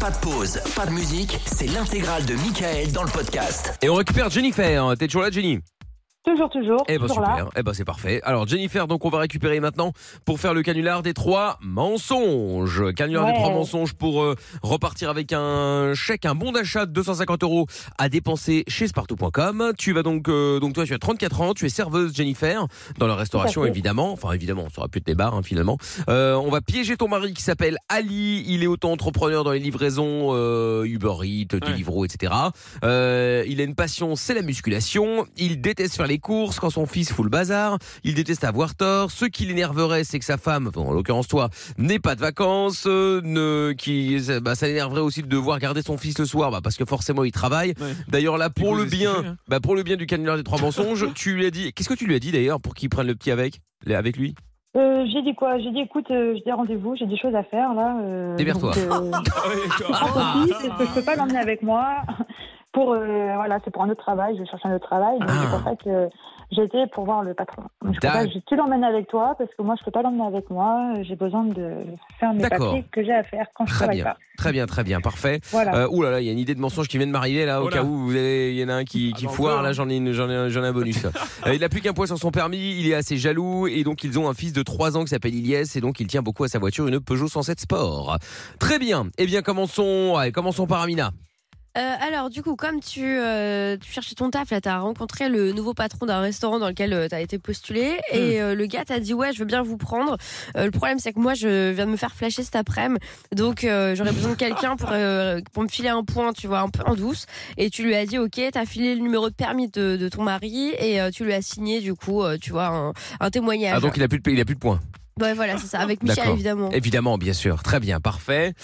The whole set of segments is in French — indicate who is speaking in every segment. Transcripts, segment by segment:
Speaker 1: Pas de pause, pas de musique, c'est l'intégrale de Michael dans le podcast.
Speaker 2: Et on récupère Jennifer. T'es toujours là, Jenny
Speaker 3: Toujours, toujours.
Speaker 2: Eh ben
Speaker 3: toujours
Speaker 2: super.
Speaker 3: là.
Speaker 2: Eh ben c'est parfait. Alors Jennifer, donc on va récupérer maintenant pour faire le canular des trois mensonges. Canular des
Speaker 3: Ouais.
Speaker 2: trois mensonges pour euh, repartir avec un chèque, un bon d'achat de 250 euros à dépenser chez Spartoo.com. Tu vas donc, euh, donc toi tu as 34 ans, tu es serveuse Jennifer dans la restauration
Speaker 3: fait.
Speaker 2: évidemment. Enfin évidemment, ça aurait pu être des bars hein, finalement. Euh, on va piéger ton mari qui s'appelle Ali. Il est auto-entrepreneur dans les livraisons euh, Uber Eats, Deliveroo, etc. Euh, il a une passion, c'est la musculation. Il déteste faire les courses quand son fils fout le bazar. Il déteste avoir tort. Ce qui l'énerverait, c'est que sa femme, bon, en l'occurrence toi, n'ait pas de vacances. euh, ne, qui, ça- bah, ça l'énerverait aussi de devoir garder son fils le soir, bah, parce que forcément il travaille.
Speaker 4: Ouais.
Speaker 2: D'ailleurs là, pour
Speaker 4: vous
Speaker 2: le
Speaker 4: laissez
Speaker 2: bien,
Speaker 4: faire, hein.
Speaker 2: bah, pour le bien du canular des trois mensonges, tu lui as dit. Qu'est-ce que tu lui as dit d'ailleurs pour qu'il prenne le petit avec, avec lui
Speaker 3: Euh, j'ai dit quoi J'ai dit écoute, euh, j'ai des rendez-vous, j'ai des choses à faire là. Euh,
Speaker 2: Démerde-toi.
Speaker 3: donc, euh,
Speaker 4: Ah,
Speaker 3: mon fils, est-ce que je peux pas l'emmener avec moi pour euh, voilà, c'est pour un autre travail. Je vais chercher un autre travail. Donc
Speaker 2: Ah.
Speaker 3: c'est pour ça que j'ai été pour voir le patron. Donc, je peux
Speaker 2: D'ac-
Speaker 3: pas, je- tu l'emmènes avec toi parce que moi je peux pas l'emmener avec moi. J'ai besoin de faire mes
Speaker 2: D'accord.
Speaker 3: papiers que j'ai à faire quand je
Speaker 2: Très
Speaker 3: travaille
Speaker 2: bien.
Speaker 3: pas.
Speaker 2: Très bien, très bien, parfait.
Speaker 3: Voilà.
Speaker 2: Euh, ouh là là, il y a une idée de mensonge qui vient de m'arriver là, au
Speaker 4: Oh là.
Speaker 2: cas où vous avez- il y en a un qui,
Speaker 4: Ah,
Speaker 2: qui
Speaker 4: bah,
Speaker 2: foire,
Speaker 4: encore,
Speaker 2: là
Speaker 4: hein.
Speaker 2: j'en ai, une- j'en ai- j'en ai un bonus. Euh, il n'a plus qu'un point sur son permis, il est assez jaloux et donc ils ont un fils de 3 ans qui s'appelle Iliès et donc il tient beaucoup à sa voiture, une Peugeot 107 Sport. Très bien, eh bien commençons, ouais, commençons par Amina.
Speaker 5: Euh, alors, du coup, comme tu, euh, tu cherchais ton taf, là, t'as rencontré le nouveau patron d'un restaurant dans lequel tu t'as été postulé,
Speaker 2: Hmm.
Speaker 5: et euh, le gars t'a dit ouais, je veux bien vous prendre. Euh, le problème, c'est que moi, je viens de me faire flasher cet après-midi, donc euh, j'aurais besoin de quelqu'un pour euh, pour me filer un point, tu vois, un peu en douce. Et tu lui as dit ok, t'as filé le numéro de permis de, de ton mari, et euh, tu lui as signé du coup, euh, tu vois, un, un témoignage.
Speaker 2: Ah donc il a plus de, pa- il a plus de points.
Speaker 5: Ouais, voilà, c'est ça, avec Michel
Speaker 2: D'accord.
Speaker 5: évidemment.
Speaker 2: Évidemment, bien sûr. Très bien, parfait.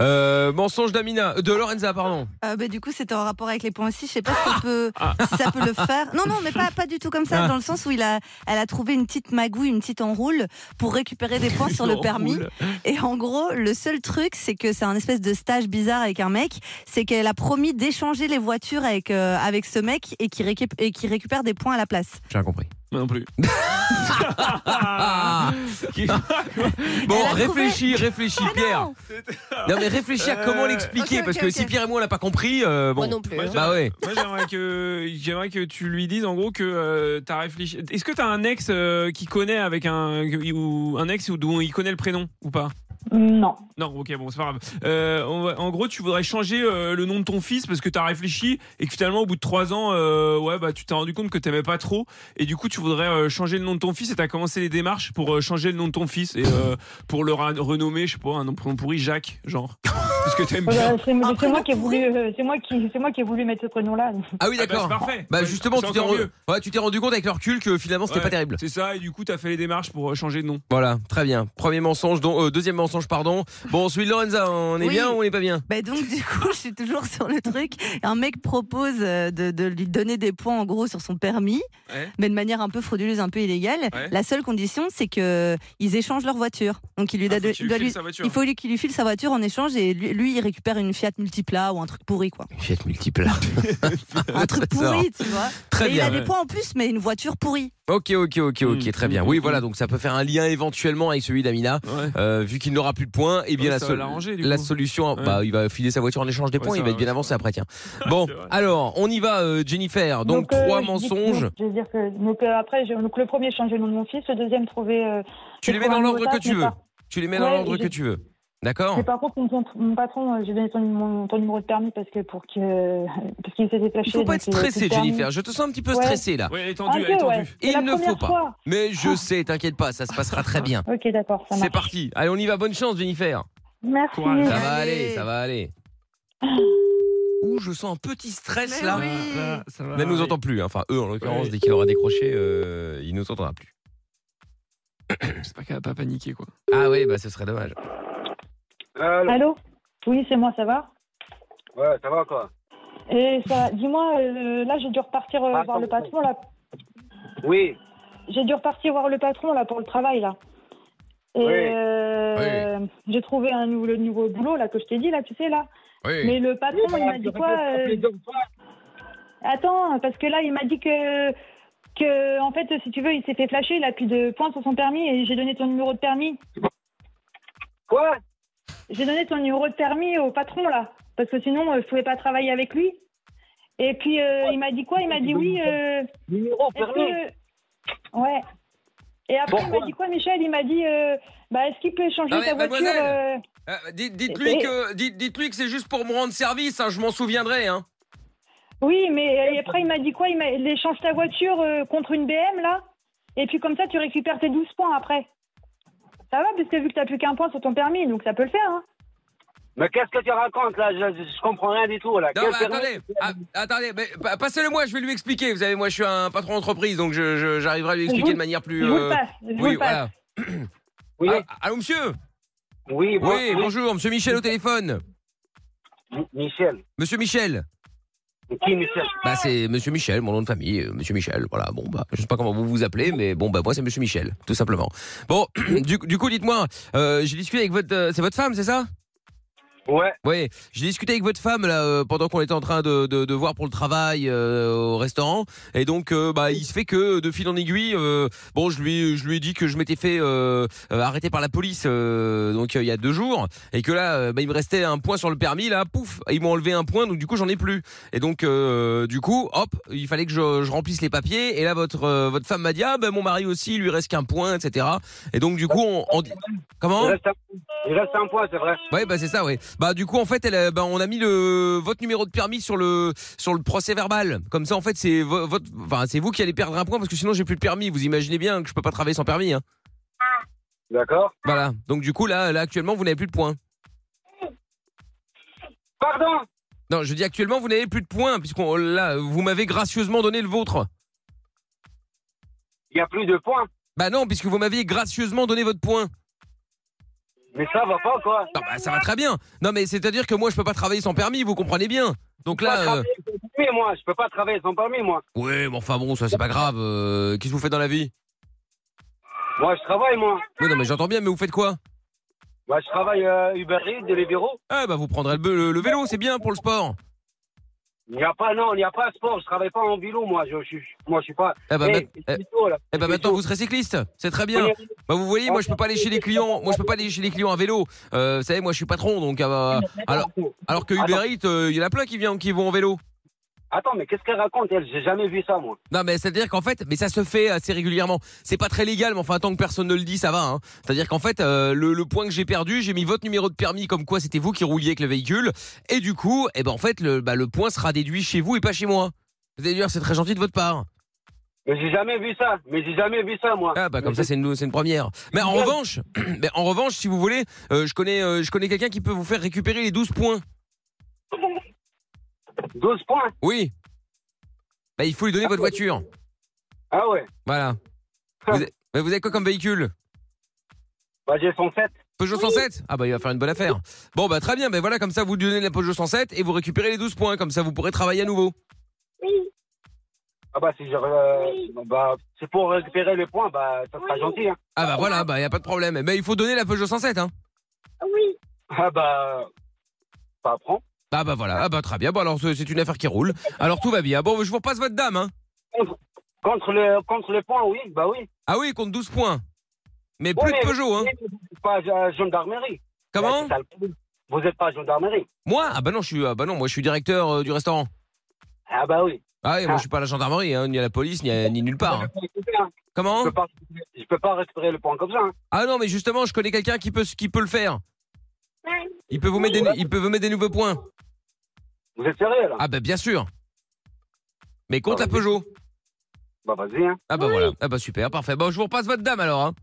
Speaker 2: Euh, mensonge d'Amina, euh, de Lorenza pardon.
Speaker 6: Euh, bah, du coup, c'était en rapport avec les points aussi. Je sais pas si ça peut, si ça peut le faire. Non, non, mais pas, pas du tout comme ça, dans le sens où il a, elle a trouvé une petite magouille, une petite enroule pour récupérer des points sur le permis. Et en gros, le seul truc, c'est que c'est un espèce de stage bizarre avec un mec. C'est qu'elle a promis d'échanger les voitures avec, euh, avec ce mec et qui, récup et qui récupère des points à la place.
Speaker 2: J'ai rien compris.
Speaker 4: Moi non plus.
Speaker 2: Ah Bon,
Speaker 6: Elle a trouvé-
Speaker 2: réfléchis, réfléchis, Pierre. Non, mais réfléchis à comment l'expliquer,
Speaker 6: ok, ok,
Speaker 2: parce que
Speaker 6: ok.
Speaker 2: si Pierre et moi on l'a pas compris, euh, bon.
Speaker 5: Moi non plus.
Speaker 4: Moi,
Speaker 5: hein.
Speaker 2: Bah ouais.
Speaker 4: Moi j'aimerais que j'aimerais que tu lui dises en gros que euh, t'as réfléchi. Est-ce que t'as un ex euh, qui connaît avec un ou un ex ou dont il connaît le prénom ou pas
Speaker 3: Non.
Speaker 4: Non, ok, bon, c'est pas grave. Euh, on va- en gros, tu voudrais changer euh, le nom de ton fils parce que t'as réfléchi et que finalement, au bout de trois ans, euh, ouais, bah, tu t'es rendu compte que t'aimais pas trop et du coup, tu voudrais euh, changer le nom de ton fils et t'as commencé les démarches pour euh, changer le nom de ton fils et euh, pour le ra- renommer, je sais pas, un nom prénom pourri, Jacques, genre. Parce que t'aimes bien.
Speaker 3: Euh, c'est c'est
Speaker 6: prénom
Speaker 3: moi qui ai voulu, euh, c'est moi qui, c'est moi qui ai voulu mettre ce prénom-là.
Speaker 2: Ah oui,
Speaker 4: Ah, bah,
Speaker 2: d'accord.
Speaker 4: c'est parfait.
Speaker 2: Bah
Speaker 4: Ouais,
Speaker 2: justement,
Speaker 4: c'est
Speaker 2: tu t'es
Speaker 4: encore
Speaker 2: rendu...
Speaker 4: mieux.
Speaker 2: ouais, tu t'es rendu compte avec le recul que finalement c'était
Speaker 4: Ouais,
Speaker 2: pas terrible.
Speaker 4: C'est ça, et du coup, t'as fait les démarches pour euh, changer de nom.
Speaker 2: Voilà, très bien. Premier mensonge, donc, euh, deuxième mensonge, pardon. Bon, celui de Lorenza, on est
Speaker 6: Oui.
Speaker 2: bien ou on est pas bien
Speaker 6: Bah donc du coup, je suis toujours sur le truc. Un mec propose euh, de, de lui donner des points en gros sur son permis,
Speaker 4: Ouais.
Speaker 6: mais de manière un peu frauduleuse, un peu illégale.
Speaker 4: Ouais.
Speaker 6: La seule condition, c'est que ils échangent leur voiture. Donc il lui
Speaker 4: Ah,
Speaker 6: doit,
Speaker 4: faut que tu lui
Speaker 6: doit
Speaker 4: files
Speaker 6: lui-
Speaker 4: sa voiture.
Speaker 6: il faut lui- qu'il lui file sa voiture en échange et lui, lui, il récupère une Fiat Multipla ou un truc pourri quoi.
Speaker 2: Fiat multiple.
Speaker 6: Un truc
Speaker 2: Ça sort.
Speaker 6: pourri, tu vois.
Speaker 2: Très
Speaker 6: et
Speaker 2: bien.
Speaker 6: il a
Speaker 4: ouais.
Speaker 6: des points en plus, mais une voiture pourrie.
Speaker 2: Ok, ok, ok, ok,
Speaker 4: Mm,
Speaker 2: très
Speaker 4: mm,
Speaker 2: bien. Oui,
Speaker 4: mm,
Speaker 2: voilà,
Speaker 4: mm.
Speaker 2: donc ça peut faire un lien éventuellement avec celui d'Amina.
Speaker 4: Ouais.
Speaker 2: Euh, vu qu'il n'aura plus de points, et bien
Speaker 4: Ouais,
Speaker 2: la,
Speaker 4: ça
Speaker 2: sol-
Speaker 4: va l'arranger, du
Speaker 2: la
Speaker 4: coup.
Speaker 2: solution, bah, il va filer sa voiture en échange des
Speaker 4: Ouais,
Speaker 2: points,
Speaker 4: ça
Speaker 2: il va
Speaker 4: va,
Speaker 2: être bien
Speaker 4: ouais,
Speaker 2: avancé
Speaker 4: ça va.
Speaker 2: après, tiens. Bon,
Speaker 4: C'est vrai.
Speaker 2: alors, on y va, euh, Jennifer. Donc,
Speaker 3: euh,
Speaker 2: trois
Speaker 3: je dis
Speaker 2: mensonges.
Speaker 3: non. Je veux dire que donc euh, après, je- donc le premier changer le nom de mon fils, le deuxième trouver. euh,
Speaker 2: Tu les mets
Speaker 3: trouver
Speaker 2: dans
Speaker 3: un
Speaker 2: l'ordre
Speaker 3: nouveau
Speaker 2: que
Speaker 3: taf,
Speaker 2: tu
Speaker 3: mais
Speaker 2: veux.
Speaker 3: par-
Speaker 2: Tu les mets dans
Speaker 3: Ouais,
Speaker 2: l'ordre
Speaker 3: et
Speaker 2: que
Speaker 3: j'ai-
Speaker 2: tu veux. D'accord
Speaker 3: Mais par contre, mon, ton- mon patron, euh, j'ai donné ton, mon- ton numéro de permis parce que pour que euh, parce qu'il s'était flashé.
Speaker 2: Il faut pas
Speaker 3: donc,
Speaker 2: être
Speaker 3: euh,
Speaker 2: stressé,
Speaker 3: le permis.
Speaker 2: Jennifer. Je te sens un petit peu
Speaker 3: Ouais.
Speaker 2: stressée là.
Speaker 4: Ouais, elle est
Speaker 3: Un
Speaker 6: Ah,
Speaker 4: tendue,
Speaker 3: peu,
Speaker 4: elle est tendue.
Speaker 3: ouais. C'est
Speaker 2: Il
Speaker 3: la
Speaker 2: ne faut
Speaker 3: première
Speaker 2: pas.
Speaker 3: fois.
Speaker 2: Mais je sais, t'inquiète pas, ça se passera très bien.
Speaker 3: Ok, d'accord, ça
Speaker 2: C'est
Speaker 3: marche.
Speaker 2: parti. Allez, on y va. Bonne chance, Jennifer.
Speaker 3: Merci.
Speaker 4: Courage.
Speaker 2: Ça va
Speaker 6: Allez.
Speaker 2: aller, ça va aller. Ouh, je sens un petit stress
Speaker 6: Mais
Speaker 2: là.
Speaker 6: Ah oui.
Speaker 4: Là, ça va.
Speaker 2: Ne nous entend plus. hein. Enfin, eux, en l'occurrence,
Speaker 4: Ouais.
Speaker 2: dès qu'il aura décroché, euh, il nous entendra plus.
Speaker 4: J'espère qu'elle va pas paniquer, quoi.
Speaker 2: Ah oui, bah ce serait dommage.
Speaker 7: Allô
Speaker 3: Allô Oui, c'est moi, ça va
Speaker 7: Ouais, ça va quoi
Speaker 3: Et ça, dis-moi, euh, là, j'ai dû repartir euh,
Speaker 7: Ah,
Speaker 3: voir le
Speaker 7: attends.
Speaker 3: patron là.
Speaker 7: Oui,
Speaker 3: J'ai dû repartir voir le patron là pour le travail là. Et
Speaker 7: Oui.
Speaker 3: euh, j'ai trouvé un nouveau, le nouveau boulot là que je t'ai dit là, tu sais là. Mais le patron, il m'a dit quoi euh, Attends, parce que là, il m'a dit que, que, en fait, si tu veux, il s'est fait flasher, il a plus de points sur son permis et j'ai donné ton numéro de permis.
Speaker 7: Quoi
Speaker 3: j'ai donné son numéro de permis au patron, là, parce que sinon, euh, je pouvais pas travailler avec lui. Et puis, euh, il m'a dit quoi Il m'a dit oui. euh,
Speaker 7: Numéro
Speaker 3: est-ce que- Ouais. Et après, il m'a dit quoi, Michel Il m'a dit euh, bah, est-ce qu'il peut changer
Speaker 2: Non, mais
Speaker 3: ta voiture
Speaker 2: mademoiselle,
Speaker 3: euh,
Speaker 2: Euh, dites- Dites-lui que, dites, dites-lui que c'est juste pour me rendre service, hein, je m'en souviendrai. Hein.
Speaker 3: Oui, mais euh, après, il m'a dit quoi Il m'a il échange ta voiture euh, contre une BM, là. Et puis, comme ça, tu récupères tes 12 points après. Ça va, parce que vu que t'as plus qu'un point sur ton permis, donc ça peut le faire. Hein.
Speaker 7: Mais qu'est-ce que tu racontes là je, je- je comprends rien du tout là.
Speaker 2: Non,
Speaker 7: Quel
Speaker 2: mais
Speaker 7: permis
Speaker 2: attendez, ah, attendez, mais pa- passez-le moi, je vais lui expliquer. Vous savez, moi je suis un patron d'entreprise, donc je- je- j'arriverai à lui expliquer
Speaker 3: vous-
Speaker 2: de manière
Speaker 3: Je
Speaker 2: plus.
Speaker 3: vous le
Speaker 2: euh,
Speaker 3: passe. Je vous
Speaker 2: oui,
Speaker 3: le passe.
Speaker 2: voilà.
Speaker 7: Oui,
Speaker 2: Ah, allô, monsieur
Speaker 7: oui, bon,
Speaker 2: Oui, bonjour, monsieur Michel au téléphone.
Speaker 7: Mi- Michel.
Speaker 2: Monsieur Michel
Speaker 7: Qui Michel
Speaker 3: Ah.
Speaker 2: Bah, c'est monsieur Michel, mon nom de famille, euh, monsieur Michel. Voilà, bon, bah, je sais pas comment vous vous appelez, mais bon, bah, moi c'est monsieur Michel, tout simplement. Bon, du, du coup, dites-moi, euh, j'ai discuté avec votre. euh, c'est votre femme, c'est ça
Speaker 7: Ouais,
Speaker 2: Oui, j'ai discuté avec votre femme là euh, pendant qu'on était en train de, de, de voir pour le travail euh, au restaurant et donc euh, bah il se fait que de fil en aiguille euh, bon je lui je lui ai dit que je m'étais fait euh, euh, arrêter par la police euh, donc euh, il y a deux jours et que là euh, bah, il me restait un point sur le permis là pouf ils m'ont enlevé un point donc du coup j'en ai plus et donc euh, du coup hop il fallait que je, je remplisse les papiers et là votre euh, votre femme m'a dit ah ben mon mari aussi il lui reste qu'un point etc et donc du coup on, on dit- comment
Speaker 7: il reste, un, il reste un point, c'est vrai.
Speaker 2: Ouais, bah c'est ça, ouais. Bah du coup, en fait, elle, a- bah, on a mis le votre numéro de permis sur le sur le procès verbal. Comme ça, en fait, c'est vo- votre, enfin, c'est vous qui allez perdre un point parce que sinon, j'ai plus de permis. Vous imaginez bien que je peux pas travailler sans permis. Hein.
Speaker 7: D'accord.
Speaker 2: Voilà. Donc du coup, là, là, actuellement, vous n'avez plus de points.
Speaker 7: Pardon
Speaker 2: Non, je dis actuellement, vous n'avez plus de points puisqu'on oh là, vous m'avez gracieusement donné le vôtre.
Speaker 7: Il n'y a plus de points.
Speaker 2: Bah non, puisque vous m'aviez gracieusement donné votre point.
Speaker 7: Mais ça va pas quoi.
Speaker 2: Non, bah ça va très bien. Non, mais c'est à dire que moi, je peux pas travailler sans permis. Vous comprenez bien. Donc
Speaker 7: Je peux pas
Speaker 2: là, euh,
Speaker 7: travailler sans permis, moi, je peux pas travailler sans permis, moi.
Speaker 2: ouais, mais enfin bon, ça c'est pas grave. Euh, Qu'est-ce que vous faites dans la vie
Speaker 7: Moi, je travaille, moi.
Speaker 2: Oui, non, mais j'entends bien. Mais vous faites quoi
Speaker 7: Moi, je travaille euh, Uber Eats, de Libéraux.
Speaker 2: Ah bah vous prendrez le, le- le vélo, c'est bien pour le sport.
Speaker 7: Il n'y a pas, non, il n'y a pas de sport. Je travaille pas en vélo, moi. Je, je, moi, je suis pas.
Speaker 2: Ah bah,
Speaker 7: Eh,
Speaker 2: mat-
Speaker 7: c'est chaud, là.
Speaker 2: eh bah,
Speaker 7: C'est
Speaker 2: maintenant
Speaker 7: chaud.
Speaker 2: vous serez cycliste, c'est très bien. Bah vous voyez, moi je peux pas aller chez les clients, moi je peux pas aller chez les clients à vélo. Euh, vous savez, moi je suis patron donc euh, alors alors que Uber Eats, euh, il y en a plein qui viennent qui vont en vélo.
Speaker 7: Attends, mais qu'est-ce qu'elle raconte, elle J'ai jamais vu ça, moi.
Speaker 2: Non mais c'est à dire qu'en fait, mais ça se fait assez régulièrement. C'est pas très légal, mais enfin tant que personne ne le dit, ça va. Hein. C'est à dire qu'en fait, euh, le, le point que j'ai perdu, j'ai mis votre numéro de permis comme quoi c'était vous qui rouliez avec le véhicule, et du coup, eh ben en fait le bah, le point sera déduit chez vous et pas chez moi. D'ailleurs, c'est très gentil de votre part.
Speaker 7: Mais j'ai jamais vu ça. Mais j'ai jamais vu ça, moi.
Speaker 2: Ah bah comme ça c'est une c'est une première. Mais en revanche, mais en revanche si vous voulez, euh, je connais euh, je connais quelqu'un qui peut vous faire récupérer les 12 points.
Speaker 7: 12 points.
Speaker 2: Oui. Bah il faut lui donner votre voiture.
Speaker 7: Ah ouais.
Speaker 2: Voilà. Vous avez, bah, vous avez quoi comme véhicule
Speaker 7: Bah, j'ai 107.
Speaker 2: Peugeot 107 Ah bah il va faire une bonne affaire. Bon bah très bien, mais voilà comme ça vous lui donnez la Peugeot 107 et vous récupérez les 12 points comme ça vous pourrez travailler à nouveau.
Speaker 7: Ah bah, si je. euh, bah, c'est pour récupérer les points, bah, ça sera gentil, hein.
Speaker 2: Ah bah voilà, bah il y a pas de problème. Mais il faut donner la Peugeot 107 hein.
Speaker 7: Ah bah. Bah, prends.
Speaker 2: Ah bah voilà, ah bah très bien. Bon alors c'est c'est une affaire qui roule. Alors tout va bien. Bon je vous repasse votre dame hein.
Speaker 7: Contre le, contre les points, oui, bah oui.
Speaker 2: Ah oui, compte 12 points. Mais plus
Speaker 7: Ouais,
Speaker 2: de
Speaker 7: mais-
Speaker 2: Peugeot hein.
Speaker 7: C'est Pas euh, gendarmerie.
Speaker 2: Comment
Speaker 7: Bah, c'est ça le problème. Vous n'êtes pas gendarmerie.
Speaker 2: Moi Ah bah non, je suis ah bah non, moi je suis directeur euh, du restaurant.
Speaker 7: Ah bah oui.
Speaker 2: Ah oui, moi je suis pas à la gendarmerie, hein, ni à la police, ni, à- ni nulle part. hein. Comment
Speaker 7: Je peux pas, je peux pas récupérer le point comme ça. hein.
Speaker 2: Ah non, mais justement, je connais quelqu'un qui peut qui peut le faire. Il peut vous mettre des, il peut vous mettre des nouveaux points.
Speaker 7: Vous êtes sérieux là
Speaker 2: Ah bah bien sûr. Mais contre
Speaker 7: Ah,
Speaker 2: la
Speaker 7: oui.
Speaker 2: Peugeot.
Speaker 7: Bah vas-y hein.
Speaker 2: Ah bah voilà. Ah bah super, parfait. Bon, je vous repasse votre dame alors. Hein.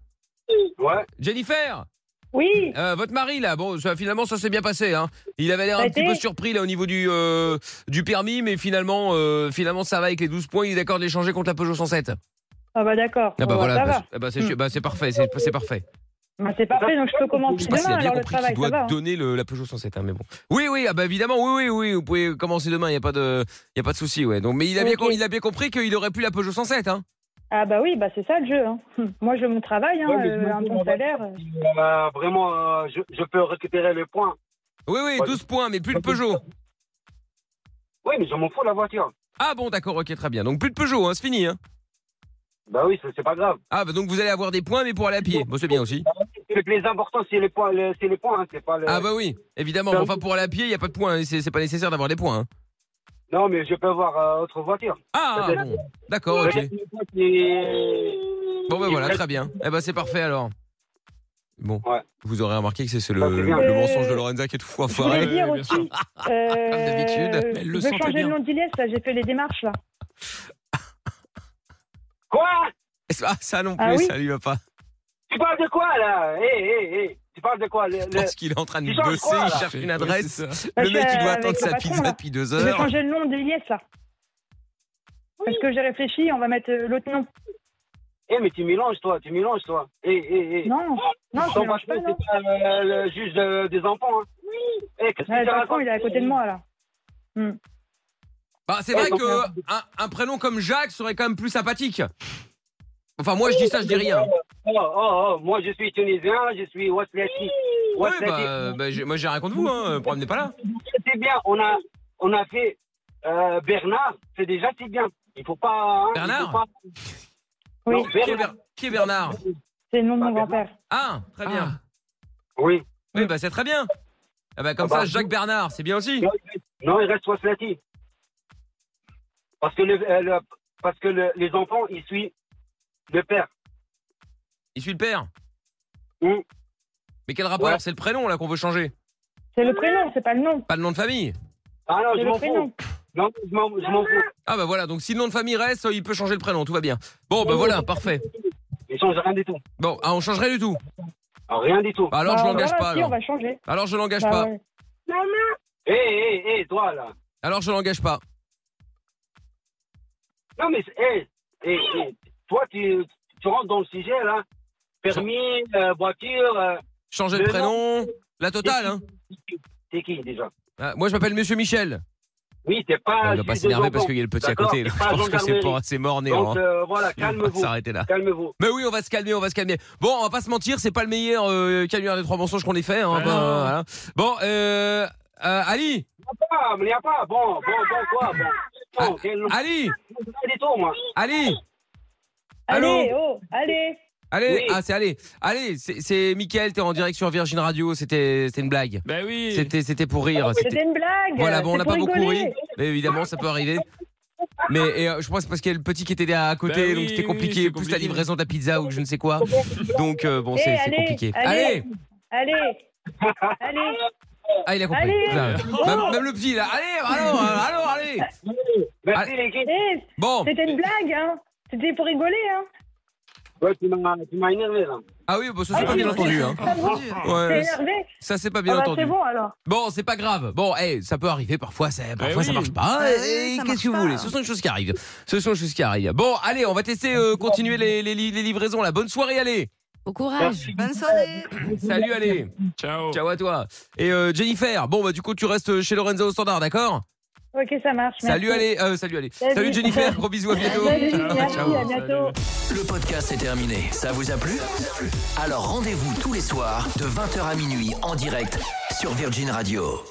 Speaker 7: Ouais.
Speaker 2: Jennifer,
Speaker 3: Oui,
Speaker 2: euh, votre mari là, bon, ça, finalement ça s'est bien passé. Hein. Il avait l'air
Speaker 3: Ça
Speaker 2: un
Speaker 3: a
Speaker 2: petit
Speaker 3: été
Speaker 2: peu surpris là au niveau du euh, du permis, mais finalement euh, finalement ça va avec les 12 points. Il est d'accord de les changer contre la Peugeot 107.
Speaker 3: ah bah d'accord.
Speaker 2: Ah bah
Speaker 3: Bon,
Speaker 2: voilà,
Speaker 3: ça
Speaker 2: bah,
Speaker 3: va.
Speaker 2: c'est- ah bah c'est bah c'est parfait, c'est c'est parfait.
Speaker 3: Bah, c'est parfait, donc je peux
Speaker 2: Je
Speaker 3: commencer
Speaker 2: sais pas s'il
Speaker 3: demain
Speaker 2: a bien
Speaker 3: alors le
Speaker 2: compris
Speaker 3: travail,
Speaker 2: qu'il
Speaker 3: ça
Speaker 2: doit
Speaker 3: va. hein.
Speaker 2: donner le- la Peugeot 107, hein, mais bon. Oui, oui, ah bah évidemment, oui, oui, oui, vous pouvez commencer demain, il n'y a pas de, il y a pas de souci, ouais. Donc, mais il a, bien,
Speaker 3: Ok.
Speaker 2: com- il a bien compris qu'il aurait pu la Peugeot 107, hein.
Speaker 3: Ah bah oui, bah c'est ça le jeu. hein. Hum. Moi je veux mon travail, hein,
Speaker 7: Ouais, mais je
Speaker 3: euh,
Speaker 7: me
Speaker 3: un
Speaker 7: dis,
Speaker 3: bon
Speaker 7: on va-
Speaker 3: salaire.
Speaker 7: Euh, vraiment, euh, je, je peux récupérer le point.
Speaker 2: Oui, oui,
Speaker 7: Ouais.
Speaker 2: 12 points, mais plus de Peugeot.
Speaker 7: Oui, mais je m'en fous de la voiture.
Speaker 2: Ah bon, d'accord, ok, très bien. Donc plus de Peugeot, hein, c'est fini, hein.
Speaker 7: Bah oui, c'est c'est pas grave.
Speaker 2: Ah bah donc vous allez avoir des points, mais pour aller à pied. Bon, c'est bien aussi.
Speaker 7: Le plus important, c'est les points, le- c'est les points, hein, c'est pas le.
Speaker 2: Ah bah oui, évidemment. mais Enfin, pour aller à pied, il n'y a pas de points. hein. C'est c'est pas nécessaire d'avoir des points. hein.
Speaker 7: Non, mais je peux voir euh, autre voiture.
Speaker 2: Ah,
Speaker 7: Peut-être.
Speaker 2: bon. D'accord, ok.
Speaker 7: Peut-être une fois qui-
Speaker 2: Bon, ben
Speaker 7: Il
Speaker 2: voilà,
Speaker 7: reste-
Speaker 2: très bien. Eh ben, c'est parfait alors. Bon,
Speaker 7: Ouais.
Speaker 2: vous aurez remarqué que c'est- c'est le,
Speaker 7: Ça, c'est bien.
Speaker 2: le mensonge de Lorenza qui est tout fou
Speaker 3: Je voulais
Speaker 2: enfoiré.
Speaker 4: Ouais,
Speaker 3: dire
Speaker 4: bien sûr.
Speaker 3: aussi, euh,
Speaker 2: Comme d'habitude.
Speaker 4: Elle le
Speaker 3: je veux
Speaker 4: sentait
Speaker 3: changer
Speaker 4: bien.
Speaker 3: le nom d'Ilyes, là, j'ai fait les démarches, là.
Speaker 7: Quoi
Speaker 2: Ah, ça non plus,
Speaker 3: Ah oui
Speaker 2: ça lui va pas.
Speaker 7: Tu parles de quoi là Hé, hé, hé Tu parles de quoi le,
Speaker 2: Je
Speaker 7: le-
Speaker 2: pense qu'il est en train de
Speaker 7: Il change
Speaker 2: bosser,
Speaker 7: quoi,
Speaker 2: il
Speaker 7: là
Speaker 2: cherche une
Speaker 4: Ouais,
Speaker 2: adresse.
Speaker 4: c'est ça.
Speaker 3: Là,
Speaker 2: Le
Speaker 3: je
Speaker 2: mec,
Speaker 3: suis
Speaker 2: il doit
Speaker 3: avec
Speaker 2: attendre
Speaker 3: mon
Speaker 2: sa
Speaker 3: patron,
Speaker 2: pizza
Speaker 3: là.
Speaker 2: depuis deux
Speaker 3: Je vais
Speaker 2: heures.
Speaker 3: changer le nom d'Ilyes, là. Parce que j'ai réfléchi, on va mettre euh, l'autre nom.
Speaker 7: Eh, mais tu mélanges toi, tu mélanges toi. Eh, Hé, hé, hé
Speaker 3: Non, non, je
Speaker 7: Ton
Speaker 3: ne mélange pas,
Speaker 7: patron,
Speaker 3: non.
Speaker 7: c'est pas euh, le juge euh, des enfants. Hein. Oui. qu'est-ce que
Speaker 3: Ouais, Le
Speaker 7: tu
Speaker 3: patron,
Speaker 7: racontes
Speaker 3: il est à côté de moi, là.
Speaker 2: Bah, c'est vrai que un, un prénom comme Jacques serait quand même plus sympathique. Enfin, moi, je dis ça, je dis rien.
Speaker 7: Oh, oh, oh, moi je suis tunisien, je suis Ouaslati.
Speaker 2: Ouais,
Speaker 7: Ouaslati.
Speaker 2: bah, euh, bah, j'ai- moi, j'ai rien contre vous, hein. Le problème n'est pas là.
Speaker 7: C'est bien, on a, on a fait euh, Bernard, c'est déjà si bien. Il faut pas. hein,
Speaker 2: Bernard
Speaker 7: il faut pas-
Speaker 3: Oui.
Speaker 7: Non,
Speaker 2: Qui est,
Speaker 7: Bernard.
Speaker 2: Ber- qui est Bernard
Speaker 3: C'est le nom de mon
Speaker 7: Ah,
Speaker 3: grand-père.
Speaker 2: Ah, très bien.
Speaker 7: Oui.
Speaker 2: Oui, bah, c'est très bien. Ah, bah, comme
Speaker 7: Ah bah.
Speaker 2: ça, Jacques Bernard, c'est bien aussi.
Speaker 7: Non, il reste- non, il reste Ouaslati. Parce que, le, euh, le- parce que le- les enfants, ils suivent le père.
Speaker 2: Il suit le père.
Speaker 7: Mm.
Speaker 2: Mais quel rapport
Speaker 7: Ouais.
Speaker 2: C'est le prénom là qu'on veut changer,
Speaker 3: C'est le prénom, c'est pas le nom.
Speaker 2: pas le nom de famille.
Speaker 7: Ah non,
Speaker 3: C'est
Speaker 7: je
Speaker 3: le
Speaker 7: m'en
Speaker 3: prénom.
Speaker 7: fous. Non, je m'en je m'en fous.
Speaker 2: Ah bah voilà, donc si le nom de famille reste, il peut changer le prénom, tout va bien. Bon bah voilà, parfait.
Speaker 7: Ils changent rien du tout.
Speaker 2: Bon, ah, on changerait du tout.
Speaker 7: Ah, Rien du tout.
Speaker 2: Bah, alors je
Speaker 3: Bah,
Speaker 2: l'engage
Speaker 3: voilà,
Speaker 2: pas
Speaker 3: si,
Speaker 2: alors.
Speaker 3: on va changer.
Speaker 2: Alors je l'engage
Speaker 3: Bah,
Speaker 2: pas.
Speaker 3: ouais.
Speaker 7: Hé, hé, hé, Eh, toi là.
Speaker 2: Alors je l'engage pas.
Speaker 7: Non, mais c'est- hey, hey, hey, toi, tu, tu rentres dans le sujet, là. Permis, euh, voiture, euh,
Speaker 2: Changer de
Speaker 7: Le
Speaker 2: prénom, la totale hein.
Speaker 7: t'es qui déjà
Speaker 2: Ah, moi je m'appelle monsieur Michel. Ah,
Speaker 7: Oui, t'es pas.
Speaker 2: on va pas
Speaker 7: juste
Speaker 2: s'énerver
Speaker 7: des
Speaker 2: parce qu'il y a le petit à
Speaker 7: D'accord,
Speaker 2: côté. là.
Speaker 7: c'est
Speaker 2: Je
Speaker 7: pas
Speaker 2: pense que c'est
Speaker 7: gendarmerie.
Speaker 2: pas assez morné.
Speaker 7: enfants. Donc,
Speaker 2: Hein.
Speaker 7: euh, voilà,
Speaker 2: On va
Speaker 7: calme-vous.
Speaker 2: s'arrêter là.
Speaker 7: Calmez-vous.
Speaker 2: Mais oui, on va se calmer, on va se calmer. Bon, on va pas se mentir, c'est pas le meilleur euh, canular des trois mensonges qu'on ait fait. hein.
Speaker 4: Ah
Speaker 2: Ben,
Speaker 4: non.
Speaker 2: voilà. Bon, euh, euh, Ali,
Speaker 7: Ah, mais y a pas. Bon, bon, bon, quoi Bon,
Speaker 2: Ah,
Speaker 7: bon quel nom
Speaker 2: Ali,
Speaker 7: Rien du tout, moi.
Speaker 2: Ali. Allô
Speaker 3: Allez, oh, allez.
Speaker 2: Allez,
Speaker 7: Oui.
Speaker 2: ah c'est allez, allez, c'est- c'est Mickaël, t'es en direct sur Virgin Radio, c'était c'était une blague,
Speaker 4: Bah oui.
Speaker 2: c'était c'était pour rire, Ah, c'était-
Speaker 3: C'était une blague.
Speaker 2: voilà bon on
Speaker 3: c'est
Speaker 2: n'a
Speaker 3: pour
Speaker 2: pas beaucoup
Speaker 3: rigoler.
Speaker 2: ri, mais évidemment ça peut arriver, mais et, euh, je pense parce qu'il y a le petit qui était à côté
Speaker 4: Bah oui,
Speaker 2: donc c'était
Speaker 4: oui,
Speaker 2: compliqué,
Speaker 4: c'était
Speaker 2: plus la
Speaker 4: compliqué.
Speaker 2: livraison de la pizza ou je ne sais quoi, donc euh, bon
Speaker 3: Eh,
Speaker 2: c'est c'est
Speaker 3: allez,
Speaker 2: compliqué. Allez,
Speaker 3: allez. Allez, allez.
Speaker 2: ah il a compris,
Speaker 3: Allez.
Speaker 2: Là, même, même le petit là, allez alors alors allez, Ah.
Speaker 7: Merci, les gars.
Speaker 3: Eh,
Speaker 2: bon
Speaker 3: c'était une blague, hein. C'était pour rigoler, hein.
Speaker 7: Ouais, tu m'as tu m'as énervé, là.
Speaker 2: ah oui bon ça c'est
Speaker 3: Ah,
Speaker 2: pas
Speaker 3: oui,
Speaker 2: bien
Speaker 3: oui,
Speaker 2: entendu hein,
Speaker 3: Pas bon. T'es
Speaker 2: ouais
Speaker 3: énervé
Speaker 2: ça c'est pas
Speaker 3: Ah
Speaker 2: bien
Speaker 3: bah,
Speaker 2: entendu.
Speaker 3: C'est bon, alors.
Speaker 2: Bon, c'est pas grave. Bon, eh, ça peut arriver parfois, ça, parfois
Speaker 4: oui.
Speaker 2: ça marche pas.
Speaker 6: Ah
Speaker 2: Eh,
Speaker 6: oui, ça
Speaker 2: Qu'est-ce
Speaker 6: marche
Speaker 2: que vous
Speaker 6: pas.
Speaker 2: voulez Ce sont des choses qui arrivent. Ce sont des choses qui arrivent. Bon, allez, on va tester, euh, continuer les, les, les livraisons. La bonne soirée, allez.
Speaker 5: Au courage.
Speaker 6: Bonne soirée.
Speaker 2: Salut, allez.
Speaker 4: Ciao.
Speaker 2: Ciao à toi. Et euh, Jennifer, bon, bah du coup, tu restes chez Lorenzo au standard, d'accord
Speaker 3: Ok, ça marche.
Speaker 2: Salut,
Speaker 3: merci.
Speaker 2: allez. Euh, salut, allez.
Speaker 3: Salut.
Speaker 2: Salut, Jennifer. Gros bisous, à bientôt.
Speaker 3: Salut,
Speaker 4: Ciao,
Speaker 3: merci,
Speaker 4: ciao.
Speaker 3: à bientôt.
Speaker 4: Salut.
Speaker 1: Le podcast est terminé. Ça vous a plu Alors rendez-vous tous les soirs de 20h à minuit en direct sur Virgin Radio.